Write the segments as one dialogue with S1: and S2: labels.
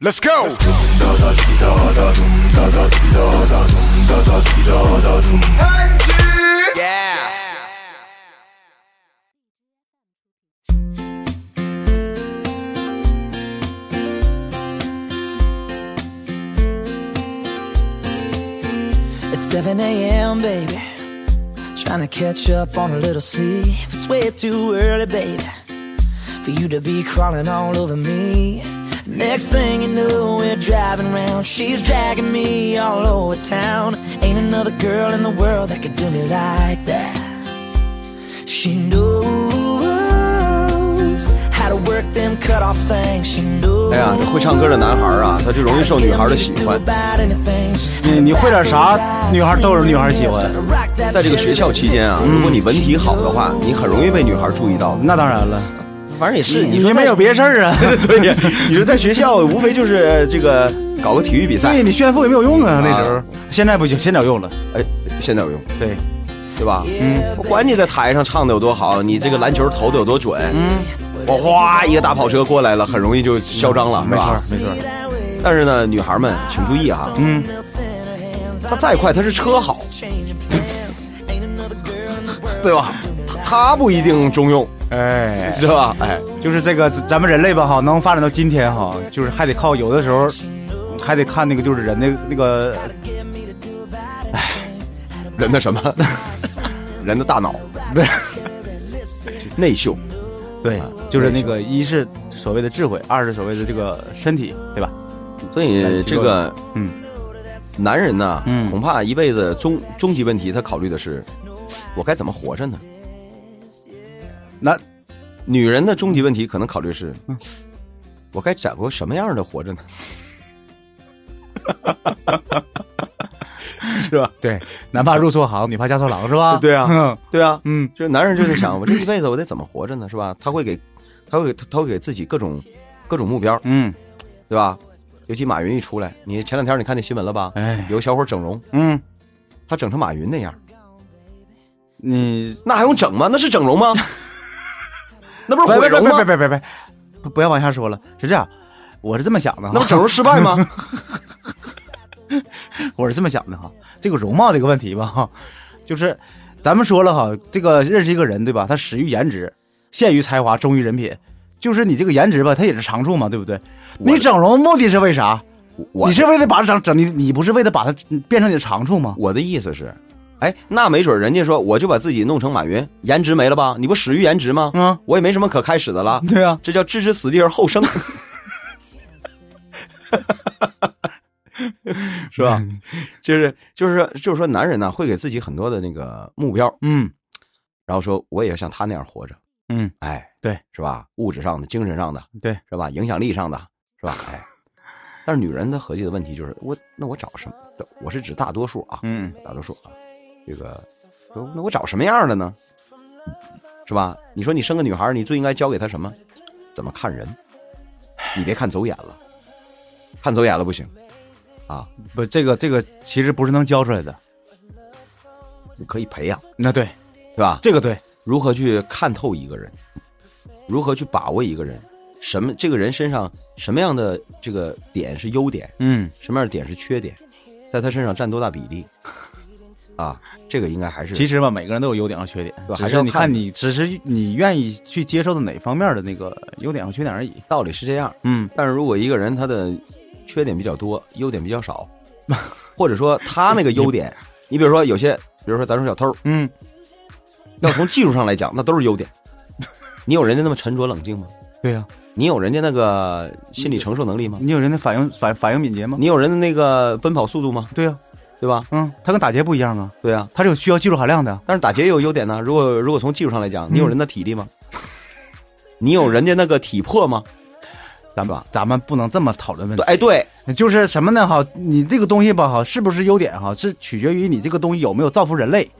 S1: Let's go. Yeah.
S2: It's 7 a.m., baby. Trying to catch up on a little sleep. It's way too early, baby, for you to be crawling all over me. Next thing you know, we're driving around. She's dragging me all over town. Ain't another girl in the world that could do me like that. She knows how to work them cut off things. She knows.
S3: 哎呀，这会唱歌的男孩儿啊，他就容易受女孩儿的喜欢。
S2: 你
S4: 你会点啥女孩都有女孩喜欢。
S3: 在这个学校期间啊，
S4: 嗯
S3: 如果你文体好的话，你很容易被女孩儿注意到。
S4: 那当然了，
S3: 反正也是，你
S4: 你
S3: 说
S4: 没有别事儿啊。
S3: 在 对呀，你说在学校无非就是这个搞个体育比赛
S4: 对，你炫富也没有用啊，那
S3: 啊
S4: 时候。现在不行，现在有用了。
S3: 哎，现在有用，
S4: 对，
S3: 对吧？嗯，我管你在台上唱的有多好，你这个篮球投的有多准，嗯，我哗一个大跑车过来了，很容易就嚣张了，是
S4: 没错
S3: 吧？
S4: 没错。
S3: 但是呢，女孩们请注意啊，
S4: 嗯，
S3: 她再快，她是车好，对吧？她不一定中用，
S4: 哎，
S3: 知道吧？哎，
S4: 就是这个咱们人类吧哈，能发展到今天哈，就是还得靠有的时候还得看那个就是人的那 个
S3: 人的 什么？人的大脑，不是内秀，
S4: 对，就是那个一是所谓的智慧，二是所谓的这个身体，对吧？
S3: 所以这个
S4: 嗯，
S3: 男人呐，
S4: 嗯
S3: 恐怕一辈子终终极问题，他考虑的是我该怎么活着呢？
S4: 那嗯
S3: 女人的终极问题可能考虑是，我该找个什么样的活着呢？是吧？
S4: 对，男怕入错行，女怕嫁错郎，是吧？
S3: 对啊
S4: 嗯
S3: 对啊，
S4: 嗯，
S3: 就是男人就是 想，我这一辈子我得怎么活着呢？是吧？他会给，他会给，他会给自己各种各种目标，
S4: 嗯
S3: 对吧？尤其马云一出来，你前两天你看那新闻了吧？
S4: 哎
S3: 有个小伙整容，
S4: 嗯，
S3: 他整成马云那样，
S4: 你
S3: 那还用整吗？那是整容 吗？那不是毁容
S4: 别
S3: 吗？
S4: 别别别别，不要往下说了，是这样。我是这么想的哈，
S3: 那不整容失败吗？
S4: 我是这么想的哈，这个容貌这个问题吧哈，就是咱们说了哈，这个认识一个人对吧？他始于颜值，陷于才华，忠于人品，就是你这个颜值吧，它也是长处嘛，对不对？
S3: 我
S4: 你整容目的是为啥？
S3: 我
S4: 你是为了把它整整你，你不是为了把它变成你的长处吗？
S3: 我的意思是，哎，那没准人家说我就把自己弄成马云，颜值没了吧？你不始于颜值吗？
S4: 嗯，
S3: 我也没什么可开始的 了，
S4: 对啊，
S3: 这叫置之死地而后 生，是 吧？就是就是说就是说，男人呢会给自己很多的那个目标，
S4: 嗯
S3: 然后说我也要像他那样活着，
S4: 嗯，
S3: 哎，
S4: 对，
S3: 是吧？物质上的、精神上的，
S4: 对，
S3: 是吧？影响力上的，是吧？哎，但是女人她合计的问题就是，我那我找什么？我是指大多数啊，
S4: 嗯，
S3: 大多数啊，这个说那我找什么样的呢？是吧？你说你生个女孩儿，你最应该教给她什么？怎么看人？你别看走眼了，看走眼了不行啊，
S4: 不，这个这个其实不是能教出来的。
S3: 你可以培养，
S4: 那对，
S3: 对吧？
S4: 这个对，
S3: 如何去看透一个人，如何去把握一个人，什么这个人身上什么样的这个点是优点，
S4: 嗯，
S3: 什么样的点是缺点，在他身上占多大比例 啊？这个应该还是
S4: 其实吧，每个人都有优点和缺点，
S3: 对
S4: 只
S3: 还是
S4: 是
S3: 要
S4: 你
S3: 看
S4: 看你，只是你愿意去接受的哪方面的那个优点和缺点而已。
S3: 道理是这样。
S4: 嗯，
S3: 但是如果一个人他的缺点比较多，优点比较少， 或者说他那个优 点，你比如说有些，比如说咱说小偷，
S4: 嗯，
S3: 要从技术上来讲，那都是优 点。你有人家那么沉着冷静吗？
S4: 对呀、
S3: 你有人家那个心理承受能力吗？
S4: 你有人的反应反反应敏捷吗？
S3: 你有人的那个奔跑速度吗？
S4: 对呀、
S3: 对吧？
S4: 嗯，他跟打劫不一样啊，
S3: 对啊。
S4: 他是有需要技术含量的。
S3: 但是打劫也有优点呢。如果如果从技术上来讲，你有人的体 力吗？你有人家那个体魄吗？
S4: 咱们咱们不能这么讨论问
S3: 对，哎，对，
S4: 题，就是什么呢？哈，你这个东西吧，哈，是不是优点哈，是取决于你这个东西有没有造福人类。哎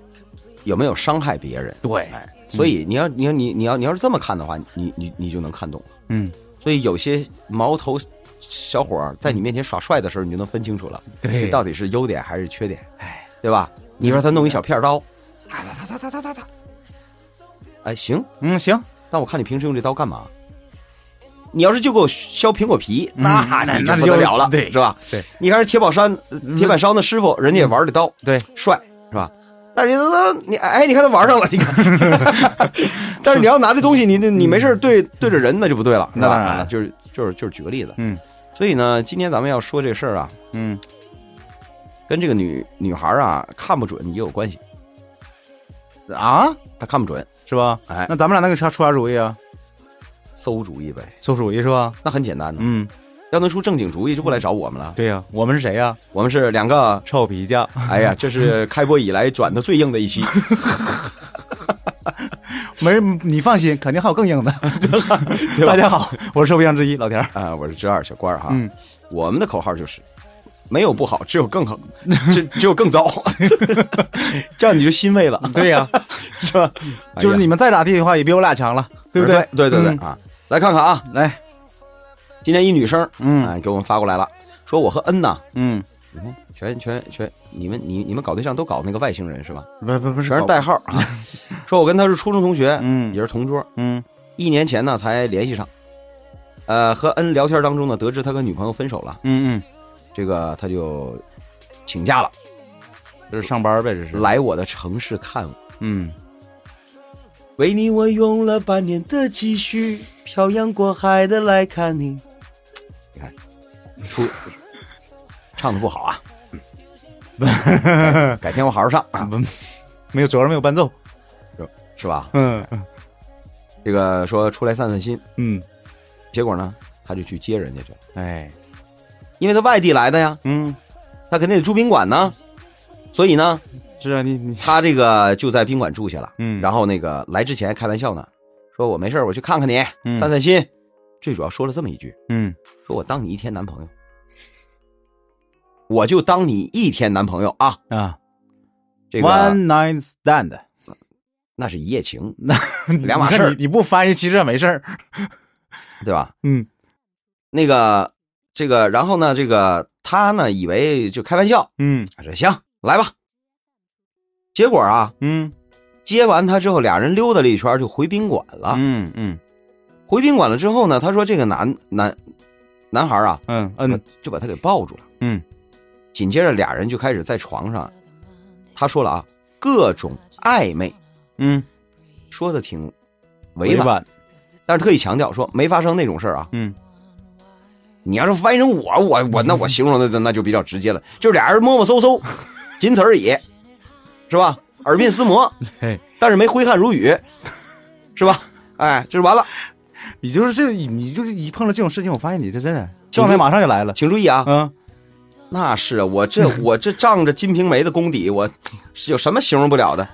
S3: 有没有伤害别人？哎
S4: 对，
S3: 所以你要你要你你要你要是这么看的话，你你你就能看懂。
S4: 嗯，
S3: 所以有些毛头小伙儿在你面前耍帅的时候，你就能分清楚了，
S4: 对哎
S3: 这到底是优点还是缺点，对吧？你说他弄一小片刀，哎哎，行，
S4: 嗯，行，嗯
S3: 那我看你平时用这刀干嘛？你要是就给我削苹果皮，那
S4: 嗯那
S3: 你
S4: 那
S3: 就
S4: 就
S3: 不得了了，
S4: 对
S3: 是吧？
S4: 对，嗯
S3: 你看人铁宝山、呃铁板烧那师傅，人家也玩的刀，
S4: 对，
S3: 帅是吧？但是人家都你哎，你看他玩上了，你看。 但是你要拿这东西，你你你没事对对着人，那就不对了，
S4: 嗯那当然了
S3: 哎就是就是就是举个例子，
S4: 嗯
S3: 所以呢，今天咱们要说这事儿啊，
S4: 嗯，
S3: 跟这个女女孩啊看不准也有关系，
S4: 啊，
S3: 她看不准，
S4: 是吧？
S3: 哎
S4: 那咱们俩能给他出啥主意啊？
S3: 馊主意呗，
S4: 馊主意是吧？
S3: 那很简单的，
S4: 嗯，
S3: 要能出正经主意就不来找我们了。
S4: 对呀、我们是谁呀、
S3: 我们是两个，
S4: 臭皮匠，
S3: 哎呀，这是开播以来转的最硬的一 期，
S4: 没人，你放心，肯定还有更硬 的。
S3: 对
S4: 大
S3: 吧
S4: 家好，我是臭皮匠之一老田儿。
S3: 啊，我是之二小官儿哈。
S4: 嗯
S3: 我们的口号就是没有不好，只有更 好，只只有更糟。 这样你就欣慰了，
S4: 对呀、哎
S3: 是吧？
S4: 就是你们再咋地的话，也比我俩强了，对不对
S3: 哎呀？ 对对对
S4: 嗯
S3: 啊！来看看啊，
S4: 来，
S3: 今天一女生，
S4: 嗯
S3: 哎，给我们发过来了，说我和恩呐，
S4: 嗯，
S3: 你看全全全，你们你你们搞对象都搞那个外星人是吧？
S4: 不不不
S3: 全是代号啊。说我跟他是初中同学，
S4: 嗯
S3: 也是同桌，
S4: 嗯
S3: 一年前呢才联系上。呃，和恩聊天当中呢，得知他跟女朋友分手了，
S4: 嗯嗯，
S3: 这个他就请假了，
S4: 这是上班呗，这是。
S3: 来我的城市看我。
S4: 嗯，
S3: 为你我用了半年的积蓄，漂洋过海的来看你。你看，出唱的不好啊，
S4: 嗯
S3: 改改天我好好唱啊，
S4: 没有，主要是没有伴奏。
S3: 是吧？
S4: 嗯
S3: 这个说出来散散心，
S4: 嗯，
S3: 结果呢，他就去接人家去了，
S4: 哎，
S3: 因为他外地来的呀，
S4: 嗯，
S3: 他肯定得住宾馆呢，所以呢，
S4: 是啊，你你，
S3: 他这个就在宾馆住下了。
S4: 嗯
S3: 然后那个来之前开玩笑呢，说我没事儿我去看看你，
S4: 嗯
S3: 散散心。最主要说了这么一句，
S4: 嗯，
S3: 说我当你一天男朋友，我就当你一天男朋友啊。
S4: 啊
S3: 这个
S4: ，one night stand，
S3: 那是一夜情，
S4: 两
S3: 两码事儿
S4: 你你不翻译其实也没事儿。
S3: 对吧？
S4: 嗯
S3: 那个这个，然后呢，这个他呢以为就开玩笑，
S4: 嗯
S3: 他说行来吧。结果啊，
S4: 嗯
S3: 接完他之后，俩人溜达了一圈就回宾馆了。
S4: 嗯嗯
S3: 回宾馆了之后呢，他说这个男男男孩啊，
S4: 嗯嗯
S3: 就把他给抱住了。
S4: 嗯，
S3: 紧接着俩人就开始在床上，他说了啊，各种暧昧，
S4: 嗯，
S3: 说的挺委婉，
S4: 婉，
S3: 但是特意强调说没发生那种事儿啊。
S4: 嗯
S3: 你要是翻译成我，我我那我形容的那那就比较直接了，就是俩人摸摸搜搜，仅此而已，是吧？耳鬓厮磨，
S4: 嘿。
S3: 但是没挥汗如雨，是吧？哎，就是完了，
S4: 你就是这，你就是一碰到这种事情，我发现你这真的状态马上就来了。
S3: 请注意啊，
S4: 嗯，
S3: 那是啊，我这我这仗着《金瓶梅》的功底，我是有什么形容不了的？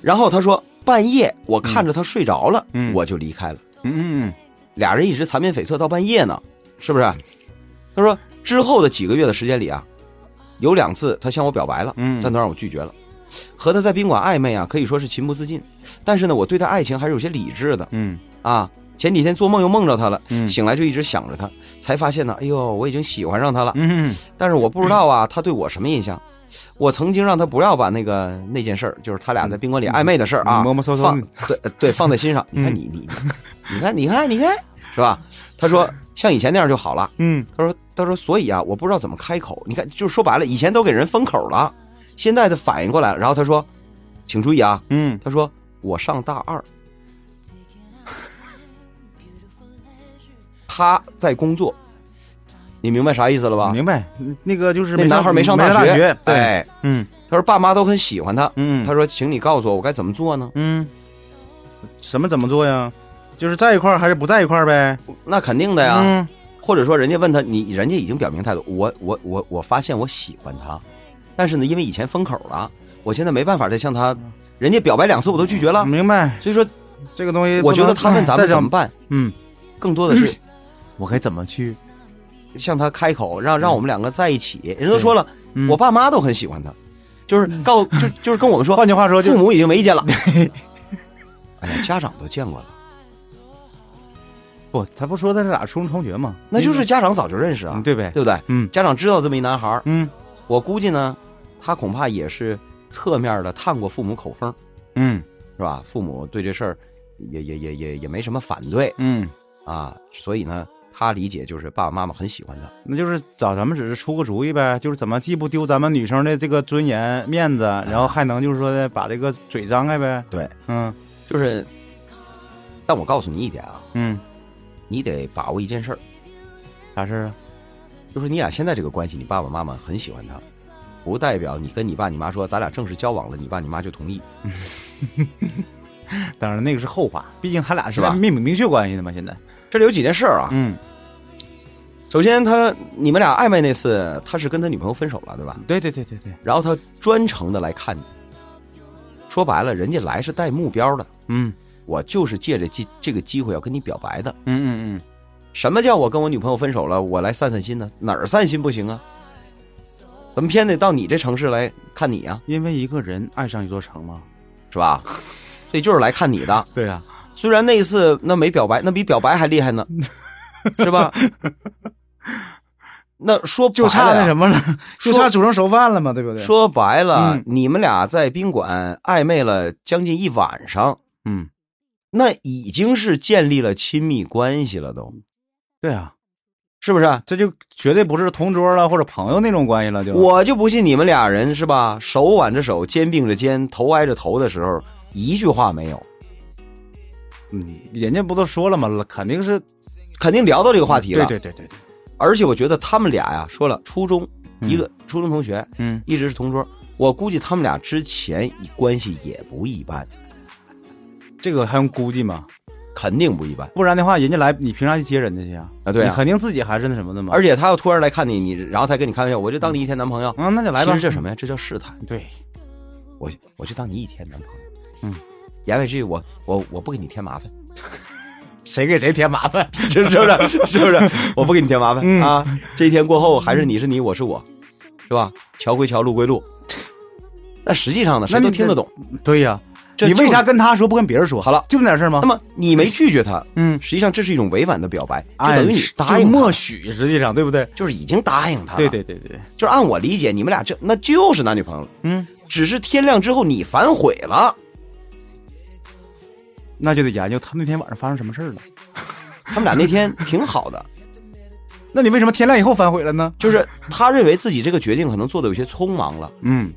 S3: 然后他说，半夜我看着他睡着了，
S4: 嗯
S3: 我就离开了。
S4: 嗯嗯
S3: 俩人一直缠绵悱恻到半夜呢，是不是？他说之后的几个月的时间里啊，有两次他向我表白了，
S4: 嗯
S3: 但都让我拒绝了。和他在宾馆暧昧啊，可以说是情不自禁，但是呢，我对他爱情还是有些理智的
S4: 嗯
S3: 啊。前几天做梦又梦着他了，
S4: 嗯
S3: 醒来就一直想着他，才发现呢，哎呦，我已经喜欢上他了。
S4: 嗯
S3: 但是我不知道啊，他对我什么印象？我曾经让他不要把那个那件事儿，就是他俩在宾馆里暧昧的事儿
S4: 嗯
S3: 啊，
S4: 摸摸搜搜
S3: 放对呃对放在心上。你看
S4: 嗯
S3: 你你你看你看你看是吧？他说像以前那样就好了。
S4: 嗯
S3: 他说他说所以啊，我不知道怎么开口。你看，就说白了，以前都给人封口了，现在他反应过来了。然后他说，请注意啊，
S4: 嗯，
S3: 他说我上大二，他在工作，你明白啥意思了吧？
S4: 明白。那个就是
S3: 啊那男孩
S4: 没
S3: 没上
S4: 大
S3: 学，
S4: 对，
S3: 哎，
S4: 嗯
S3: 他说爸妈都很喜欢他，
S4: 嗯，
S3: 他说请你告诉我我该怎么做呢？
S4: 嗯，什么怎么做呀？就是在一块儿还是不在一块儿呗？嗯
S3: 那肯定的
S4: 对
S3: 呀，或者说人家问他，你人家已经表明态度，我我我我发现我喜欢他，但是呢，因为以前封口了，我现在没办法再向他，人家表白两次我都拒绝了，
S4: 明白
S3: 所以说
S4: 嗯这个东西不能。哎
S3: 啊我觉得他问咱
S4: 再嗯
S3: 们
S4: 整
S3: 怎么办，
S4: 嗯，
S3: 更多的是
S4: 我该怎么去？
S3: 向他开口，让让我们两个在一起。人都说了，
S4: 嗯
S3: 我爸妈都很喜欢他，就是告就就是跟我们说，
S4: 换句话说就
S3: 父母已经没意 见了。哎呀，家长都见过了，
S4: 不，他不说他是俩初中同学吗？
S3: 那就是家长早就认识啊
S4: 嗯，对呗。
S3: 对不对？
S4: 嗯
S3: 家长知道这么一男孩儿，
S4: 嗯
S3: 我估计呢，他恐怕也是侧面的探过父母口风，
S4: 嗯
S3: 是吧？父母对这事儿也也也也也没什么反对，
S4: 嗯
S3: 啊，所以呢，他理解就是爸爸妈妈很喜欢他。
S4: 那就是找咱们只是出个主意呗，就是怎么既不丢咱们女生的这个尊严面子，然后还能就是说的把这个嘴张开呗。
S3: 对，
S4: 嗯
S3: 就是，但我告诉你一点啊，
S4: 嗯，
S3: 你得把握一件事儿，
S4: 啥事儿啊？
S3: 就是你俩现在这个关系，你爸爸妈妈很喜欢他，不代表你跟你爸你妈说咱俩正式交往了，你爸你妈就同意。
S4: 当然那个是后话，毕竟他俩
S3: 是
S4: 是
S3: 吧
S4: 没明明确关系的嘛，现在。
S3: 这里有几件事儿啊，
S4: 嗯，
S3: 首先他你们俩暧昧那次，他是跟他女朋友分手了，对吧？
S4: 对对对对对，
S3: 然后他专程的来看你，说白了，人家来是带目标的，
S4: 嗯
S3: 我就是借着这这个机会要跟你表白的。
S4: 嗯嗯
S3: 什么叫我跟我女朋友分手了，我来散散心呢？哪儿散心不行啊？怎么偏得到你这城市来看你啊
S4: 嗯，？因为一个人爱上一座城嘛。
S3: 是吧？ 所以就是来看你的。
S4: 对啊呀、
S3: 虽然那一次那没表白，那比表白还厉害呢，是吧？那说
S4: 就差那什
S3: 么，
S4: 么了，
S3: 说
S4: 就差煮成熟饭了嘛，对不对？，
S3: 说白了，
S4: 嗯
S3: 你们俩在宾馆暧昧了将近一晚上，
S4: 嗯，
S3: 那已经是建立了亲密关系了都，
S4: 对啊，
S3: 是不是？
S4: 这就绝对不是同桌了或者朋友那种关系了，就
S3: 我就不信你们俩人是吧，手挽着手，肩并着肩，头挨着头的时候，一句话没有，
S4: 嗯，人家不都说了吗？肯定是
S3: 肯定聊到这个话题了。
S4: 嗯对对对对对，
S3: 而且我觉得他们俩呀，说了初中一个初中同学，
S4: 嗯，
S3: 一直是同桌，我估计他们俩之前关系也不一般，
S4: 这个还用估计吗？
S3: 肯定不一般。
S4: 不然的话，人家来你凭啥去接人家去啊？
S3: 啊对啊
S4: 你肯定自己还是那什么的嘛。
S3: 而且他要突然来看你，你然后才跟你开玩笑，我就当你一天男朋友。
S4: 啊，那就来吧。
S3: 其实这什么呀？这叫试探。
S4: 对，
S3: 我我就当你一天男朋友。
S4: 嗯，
S3: 言外之意，我我我不给你添麻烦，
S4: 谁给谁添麻烦？
S3: 是不是？ 是不是？我不给你添麻烦、
S4: 嗯
S3: 啊！这一天过后，还是你是你，我是我，是吧？桥归桥，路归路。但实际上呢，谁
S4: 那
S3: 都
S4: 你
S3: 听得懂。
S4: 对呀、
S3: 这
S4: 你为
S3: 就是
S4: 啥跟他说不跟别人说？
S3: 好了
S4: 就那点事儿吗？
S3: 那么你没拒绝他，
S4: 嗯，
S3: 实际上这是一种委婉的表白，就等于你答
S4: 哎就
S3: 应他
S4: 默许，实际上对不对？
S3: 就是已经答应他了。
S4: 对，对对对，
S3: 就是按我理解，你们俩这那就是男女朋友了，
S4: 嗯，
S3: 只是天亮之后你反悔了。
S4: 那就得研究他那天晚上发生什么事儿了。
S3: 他们俩那天挺好的，
S4: 那你为什么天亮以后反悔了呢？
S3: 就是他认为自己这个决定可能做的有些匆忙了，
S4: 嗯，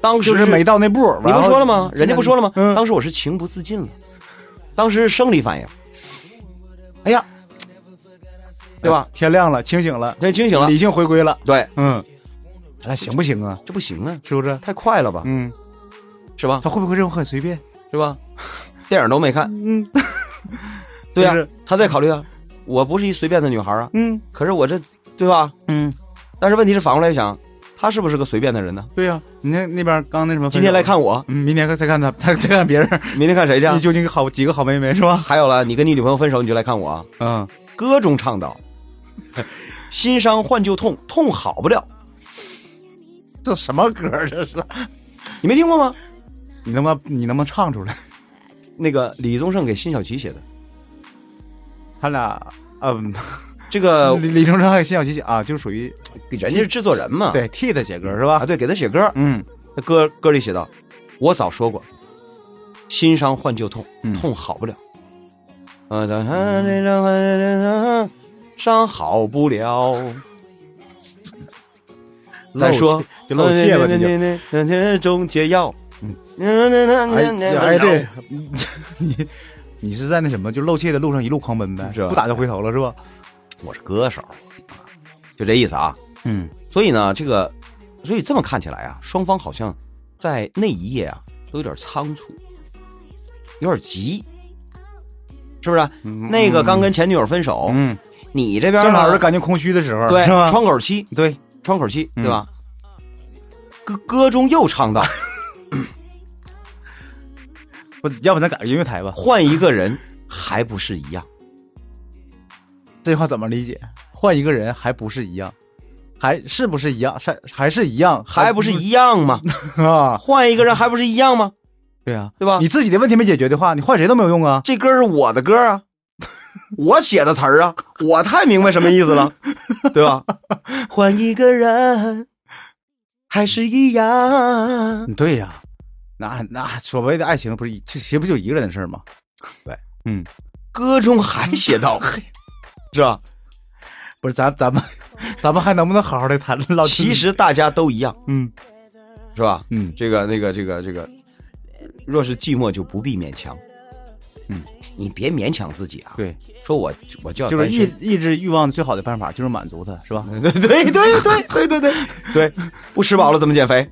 S3: 当时
S4: 就是没到那步儿。
S3: 你
S4: 然
S3: 不
S4: 后
S3: 说了吗？人家不说了吗？
S4: 嗯，
S3: 当时我是情不自禁了，当时是生理反应。哎呀，对吧？
S4: 呃天亮了，清醒了，
S3: 人清醒了
S4: 理，性回归了。
S3: 对，
S4: 嗯，咱俩行不行啊？
S3: 这不行啊，
S4: 是不是？
S3: 太快了吧，
S4: 嗯，
S3: 是吧？
S4: 他会不会认为很随便？
S3: 是吧？电影都没看，
S4: 嗯，
S3: 对呀、
S4: 就是
S3: 他在考虑啊，我不是一随便的女孩啊，
S4: 嗯
S3: 可是我这对吧？
S4: 嗯，
S3: 但是问题是反过来想，他是不是个随便的人呢？
S4: 对呀、你那那边刚那什么，
S3: 今天来，看我，
S4: 嗯，明天再看他， 再再看别人，
S3: 明天看谁去啊
S4: 你？究竟好几个好妹妹是吧？
S3: 还有了，你跟你女朋友分手，你就来看我啊？
S4: 嗯，
S3: 歌中倡 导，新伤换旧痛，痛好不了，
S4: 这什么歌儿这是？
S3: 你没听过吗？
S4: 你能不能你能不能唱出来？
S3: 那个李宗盛给辛晓琪写的，
S4: 他俩，
S3: 呃
S4: 嗯，
S3: 这个
S4: 李李宗盛还有辛晓琪啊，就属于
S3: 人家是制作人嘛，
S4: 对替他写歌是
S3: 啊，
S4: 吧？
S3: 对，给他写歌，
S4: 嗯，
S3: 那歌歌里写道：“我早说过，新伤换旧痛，
S4: 嗯
S3: 痛好不了。啊，这这这伤好 不了。再说，
S4: 嗯就露怯了，这就。
S3: 那那那中解药。
S4: 嗯
S3: 哎
S4: 哎对，，你你是在那什么，就露怯的路上一路狂奔呗，
S3: 是啊吧
S4: 不打就回头了是吧？
S3: 我是歌手，就这意思啊。
S4: 嗯
S3: 所以呢，这个，所以这么看起来啊，双方好像在那一夜啊都有点仓促，有点急，是不是？那个刚跟前女友分手，
S4: 嗯，
S3: 你这边呢
S4: 正好是感觉空虚的时候，
S3: 对
S4: 是吧？
S3: 窗口期，
S4: 对，
S3: 窗口期，
S4: 嗯
S3: 对吧？歌歌中又唱到
S4: 不，要不咱改个音乐台吧？
S3: 换一个人还不是一样，
S4: 这句话怎么理解？换一个人还不是一样，还是不是一样？还还是一样，
S3: 还不是一样吗？
S4: 样 啊？
S3: 换一个人还不是一样吗？
S4: 对啊，
S3: 对吧
S4: 你自己的问题没解决的话，你换谁都没有用啊。
S3: 这歌是我的歌啊，我写的词儿啊，我太明白什么意思了，对吧？ 换一个人还是一样，
S4: 嗯对呀、那那所谓的爱情不是一这其实不就一个人的事儿吗？
S3: 对，
S4: 嗯，
S3: 歌中还写道， 是吧？
S4: 不是咱咱们咱们还能不能好好的谈老秦
S3: 其实大家都一样，
S4: 嗯，
S3: 是吧？
S4: 嗯
S3: 这个那个这个这个，若是寂寞就不必勉强，
S4: 嗯，
S3: 你别勉强自己啊。，
S4: 对，
S3: 说我我就要
S4: 就是
S3: 单
S4: 抑
S3: 身
S4: 抑制欲望最好的办法就是满足它，是吧？
S3: 对对对对对对对对，不吃饱了怎么减肥？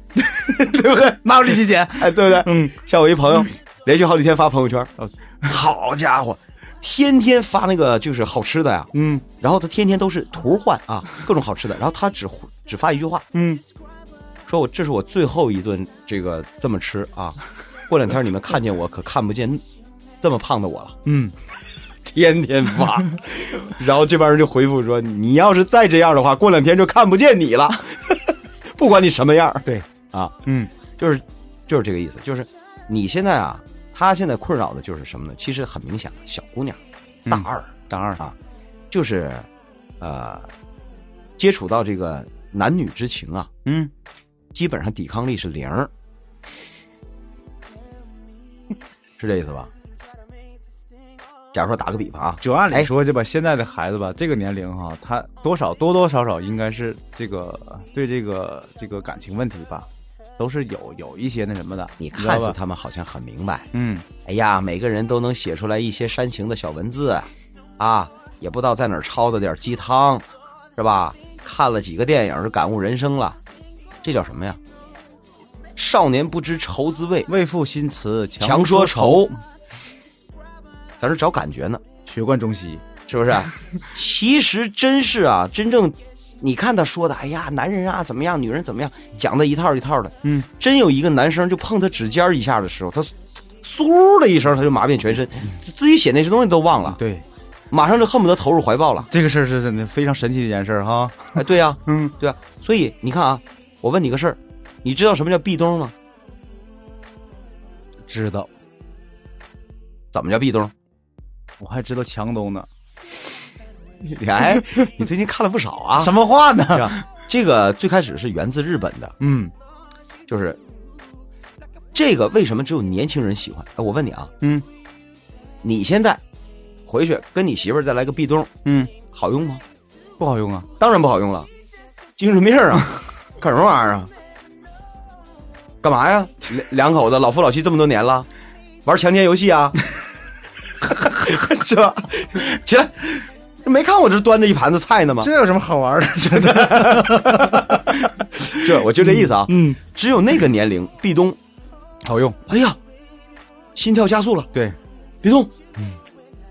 S3: 对不对？
S4: 哪有力气减？
S3: 哎，对不对？
S4: 嗯，
S3: 像我一朋友，连续好几天发朋友圈
S4: 哦，
S3: 好家伙，天天发那个就是好吃的呀，
S4: 嗯
S3: 然后他天天都是图换啊，各种好吃的，然后他只只发一句话，
S4: 嗯，
S3: 说我这是我最后一顿这个这么吃啊，过两天你们看见我可看不见这么胖的我了，
S4: 嗯，
S3: 天天发， 然后这帮人就回复说你要是再这样的话，过两天就看不见你了， 不管你什么样，
S4: 对
S3: 啊，
S4: 嗯，
S3: 就是就是这个意思，就是你现在啊，他现在困扰的就是什么呢？其实很明显了，小姑娘，大
S4: 嗯
S3: 二，
S4: 当然，
S3: 就是呃，接触到这个男女之情啊，
S4: 嗯，
S3: 基本上抵抗力是零 儿，是这意思吧？假如说打个比方啊，
S4: 就按理说这吧，现在的孩子吧，这个年龄哈，他多少多多少少应该是这个对这个这个感情问题吧，都是有有一些那什么的，
S3: 你
S4: 知道
S3: 看似
S4: 吧？
S3: 他们好像很明白，
S4: 嗯
S3: 哎呀，每个人都能写出来一些煽情的小文字，啊，也不知道在哪儿抄的点鸡汤，是吧？看了几个电影就感悟人生了，这叫什么呀？少年不知愁滋味，
S4: 为赋新词
S3: 强
S4: 强说
S3: 说愁，咱这找感觉呢，
S4: 学贯中西。
S3: 是不是？其实真是啊，真正你看他说的，哎呀，男人啊怎么样，女人怎么样，讲的一套一套的。
S4: 嗯，
S3: 真有一个男生就碰他指尖儿一下的时候，他嗖的一声，他就麻遍全身，自己写那些东西都忘了，
S4: 嗯对，
S3: 马上就恨不得投入 怀抱了。
S4: 这个事儿是真的非常神奇的一件事儿哈。
S3: 哎，对呀、
S4: 嗯，
S3: 对呀、所以你看啊，我问你个事儿，你知道什么叫壁咚吗？
S4: 知道，
S3: 怎么 叫壁咚？
S4: 我还知道强东呢。
S3: 哎，你最近看了不少啊？
S4: 什么话呢？
S3: 是吧这个最开始是源自日本的，
S4: 嗯
S3: 就是这个为什么只有年轻人喜欢？哎，我问你啊，
S4: 嗯
S3: 你现在回去跟你媳妇儿再来个壁咚，
S4: 嗯，
S3: 好用吗？
S4: 不好用啊。
S3: 当然不好用了，精神病啊， 干什么玩意儿啊？干嘛呀？两两口子老夫老妻这么多年了，玩强奸游戏啊， 是吧？起来，没看我这端着一盘子菜呢吗？
S4: 这有什么好玩的？
S3: 这我就这意思啊，
S4: 嗯，
S3: 只有那个年龄壁咚，
S4: 好用。
S3: 哎呀，心跳加速了，
S4: 对，嗯
S3: 别动，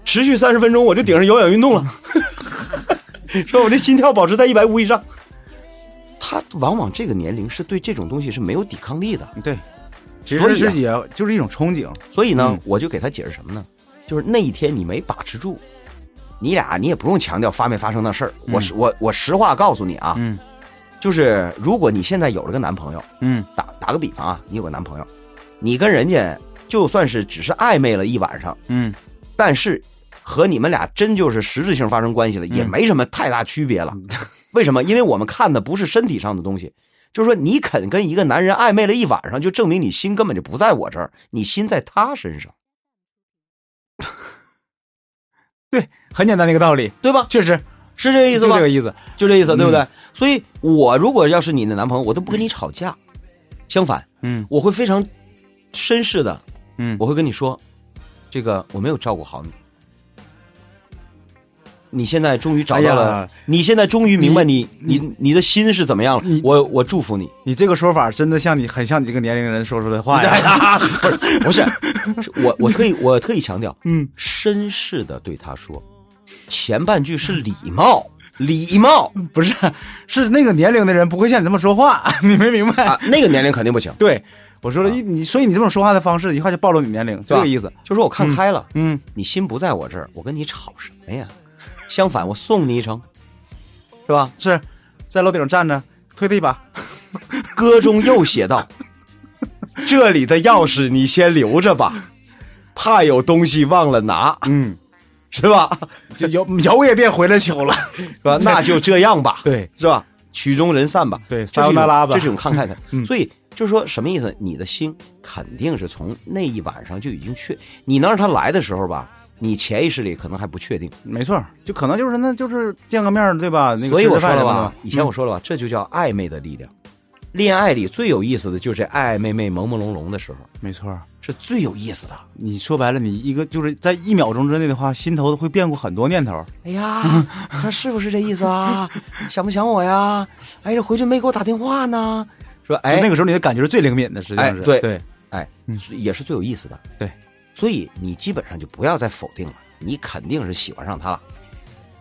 S3: 持续三十分钟，我就顶上有氧 运动了，说我这心跳保持在一百五以上。他往往这个年龄是对这种东西是没有抵抗力的，
S4: 对，其
S3: 所
S4: 实
S3: 以啊
S4: 是也就是一种憧憬。
S3: 所以呢，
S4: 嗯
S3: 我就给他解释什么呢？就是那一天你没把持住，你俩你也不用强调发没发生那事儿，我实我我实话告诉你啊，
S4: 嗯
S3: 就是如果你现在有了个男朋友，
S4: 嗯
S3: 打打个比方啊，你有个男朋友，你跟人家就算是只是暧昧了一晚上。
S4: 嗯，
S3: 但是和你们俩真就是实质性发生关系了，也没什么太大区别了。为什么？因为我们看的不是身体上的东西，就是说你肯跟一个男人暧昧了一晚上，就证明你心根本就不在我这儿，你心在他身上，
S4: 很简单的一个道理，
S3: 对吧？
S4: 确实
S3: 是这个意思
S4: 就
S3: 吧？
S4: 这个意思。
S3: 就这意思，对不对？
S4: 嗯
S3: 所以，我如果要是你的男朋友，我都不跟你吵架，相反，
S4: 嗯
S3: 我会非常绅士的，
S4: 嗯，
S3: 我会跟你说，这个我没有照顾好你。你现在终于找到了，
S4: 哎呀
S3: 你现在终于明白你你你的心是怎么样了
S4: 你。
S3: 我我祝福你，
S4: 你这个说法真的像你很像你这个年龄人说出的话哎呀。
S3: 不是，是我我特意我特意强调，
S4: 嗯，
S3: 绅士的对他说，前半句是礼貌，礼貌
S4: 不是，是那个年龄的人不会像你这么说话， 你没明白？
S3: 啊，那个年龄肯定不行，
S4: 对，我说了，一你所以你这种说话的方式，一下就暴露你年龄，
S3: 对
S4: 这
S3: 吧
S4: 个意思。
S3: 就说我看开了，
S4: 嗯，
S3: 你心不在我这儿，我跟你吵什么呀？ 相反，我送你一程，是 吧？
S4: 是在楼顶站着，推他一把。
S3: 歌中又 写道：“这里的钥匙你先留着吧，怕有东西忘了拿，
S4: 嗯，
S3: 是吧？
S4: 就有有也别回来求了。
S3: 是吧？那就这样吧，
S4: 对，
S3: 是吧？曲终人散吧，
S4: 对
S3: 这是一种
S4: 撒由那拉吧
S3: 这是一种慷慨的。
S4: 嗯
S3: 所以就是说什么意思？你的心肯定是从那一晚上就已经确，你能让他来的时候吧，你潜意识里可能还不确定。
S4: 没错，就可能就是那就是见个面儿对吧？那个
S3: 所以我
S4: 吃个
S3: 说
S4: 饭
S3: 了
S4: 什么
S3: 吧
S4: 的，嗯
S3: 以前我说了吧，这就叫暧昧的力量。恋爱里最有意思的就是这暧暧昧昧、朦朦胧胧的时候，
S4: 没错儿，
S3: 是最有意思的。
S4: 你说白了，你一个就是在一秒钟之内的话，心头会变过很多念头。
S3: 哎呀，他是不是这意思啊？ 想不想我呀？哎，这回去没给我打电话呢。说
S4: 就
S3: 哎，
S4: 那个时候你的感觉是最灵敏的，实际上是、
S3: 哎对
S4: 对
S3: 哎，是也是最有意思的。
S4: 对，
S3: 所以你基本上就不要再否定了，你肯定是喜欢上他了。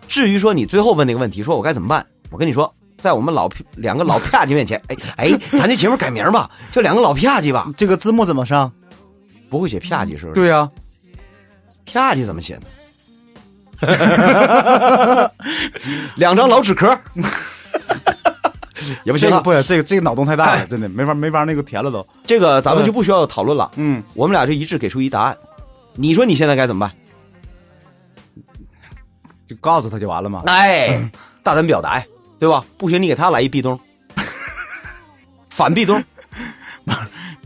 S3: 至于说你最后问那个问题，说我该怎么办，我跟你说，在我们老屁两个老啪叽面前，哎哎，咱这节目改名吧，叫两个老啪叽吧。
S4: 这个字幕怎么上？啊
S3: 不会写啪叽是不是？，
S4: 呀、
S3: 啪叽怎么写呢？ 两张老纸壳，也不
S4: 这
S3: 行
S4: 个
S3: 了。哎
S4: 不行，这个这个脑洞太大了，真的没法没法那个填了都。
S3: 这个咱们就不需要讨论了。
S4: 嗯，
S3: 我们俩就一致给出一答案。你说你现在该怎么办？
S4: 就告诉他就完了嘛。
S3: 哎，大胆表达呀，对吧？不行，你给他来一壁咚，反壁咚。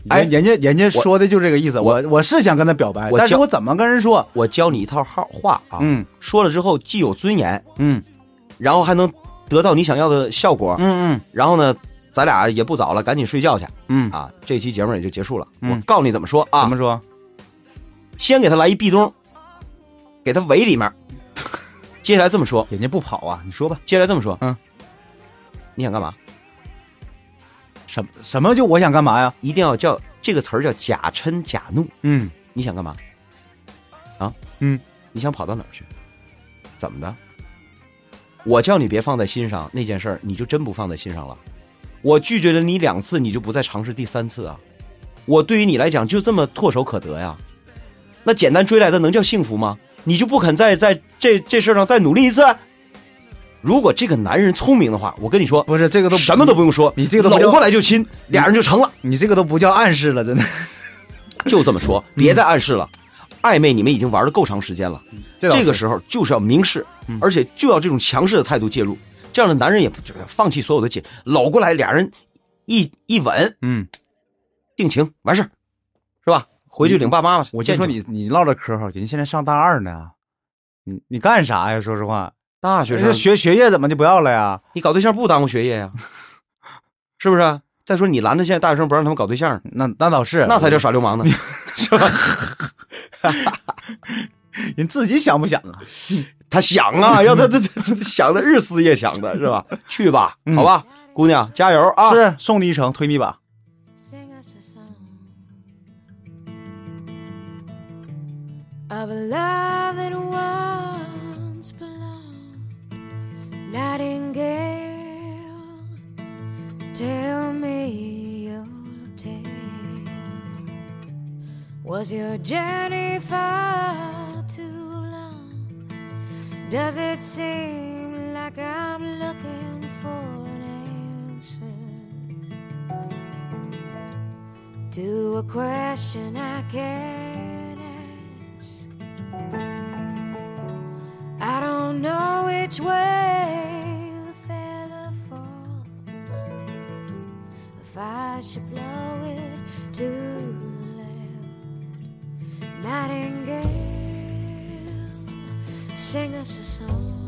S3: 哎
S4: 人人家人家说的就这个意思，
S3: 我
S4: 我我是想跟他表白，
S3: 我
S4: 但是
S3: 教
S4: 我怎么跟人说？
S3: 我教你一套号话啊，
S4: 嗯，
S3: 说了之后既有尊严，
S4: 嗯
S3: 然后还能得到你想要的效果。
S4: 嗯
S3: 然后呢，咱俩也不早了，赶紧睡觉去
S4: 嗯嗯，
S3: 啊！这期节目也就结束了。
S4: 嗯
S3: 我告诉你怎么说
S4: 怎
S3: 啊
S4: 么，说？
S3: 先给他来一壁咚，给他围 里面。接下来这么说，
S4: 人家不跑啊，你说吧，
S3: 接下来这么说，
S4: 嗯，
S3: 你想干嘛？
S4: 什么什么就我想干嘛呀？
S3: 一定要叫这个词儿叫假嗔假怒。
S4: 嗯，
S3: 你想干嘛？啊？
S4: 嗯，
S3: 你想跑到哪儿去？怎么的？我叫你别放在心上那件事儿，你就真不放在心上了。我拒绝了你两次，你就不再尝试第三次啊！我对于你来讲就这么唾手可得呀？那简单追来的能叫幸福吗？你就不肯再在这这事儿上再努力一次？如果这个男人聪明的话，我跟你说，
S4: 不是这个都
S3: 什么都不用说，
S4: 你这个都不叫
S3: 搂过来就亲，俩人就成了。
S4: 你这个都不叫暗示了，真的。
S3: 就这
S4: 嗯
S3: 么说，别再暗示了。暧昧你们已经玩的够长时间了，
S4: 这倒是嗯
S3: 这个时候就是要明示，而且就要这种强势的态度介入。这样的男人也就是放弃所有的解，搂过来，俩人一一吻
S4: 嗯，
S3: 定情，完事儿，是吧？回去领爸妈吧。
S4: 我就
S3: 见
S4: 说
S3: 去
S4: 你你唠这嗑哈，人现在上大二呢，你你干啥呀？说实话，
S3: 大学
S4: 这
S3: 生，
S4: 学学业怎么就不要了呀？
S3: 哎你搞对象不耽误学业呀、是不是？再说你拦着现在大学生不让他们搞对象，
S4: 那那倒 是，啊
S3: 那才叫耍 流氓呢。
S4: 人自己想不想啊？
S3: 他想啊，要他他他他想的日思夜想的是吧？去吧，
S4: 嗯
S3: 好吧，姑娘加油啊！
S4: 是送你一程，推你一把。
S5: Sing us a song of a love that once belonged. Nightingale, tell me your tale. Was your journey far too long? Does it seem like I'm looking for an answer? to a question I can't ask. I don't know which way the feather falls. If I should blow it to the left, nightingale, sing us a song.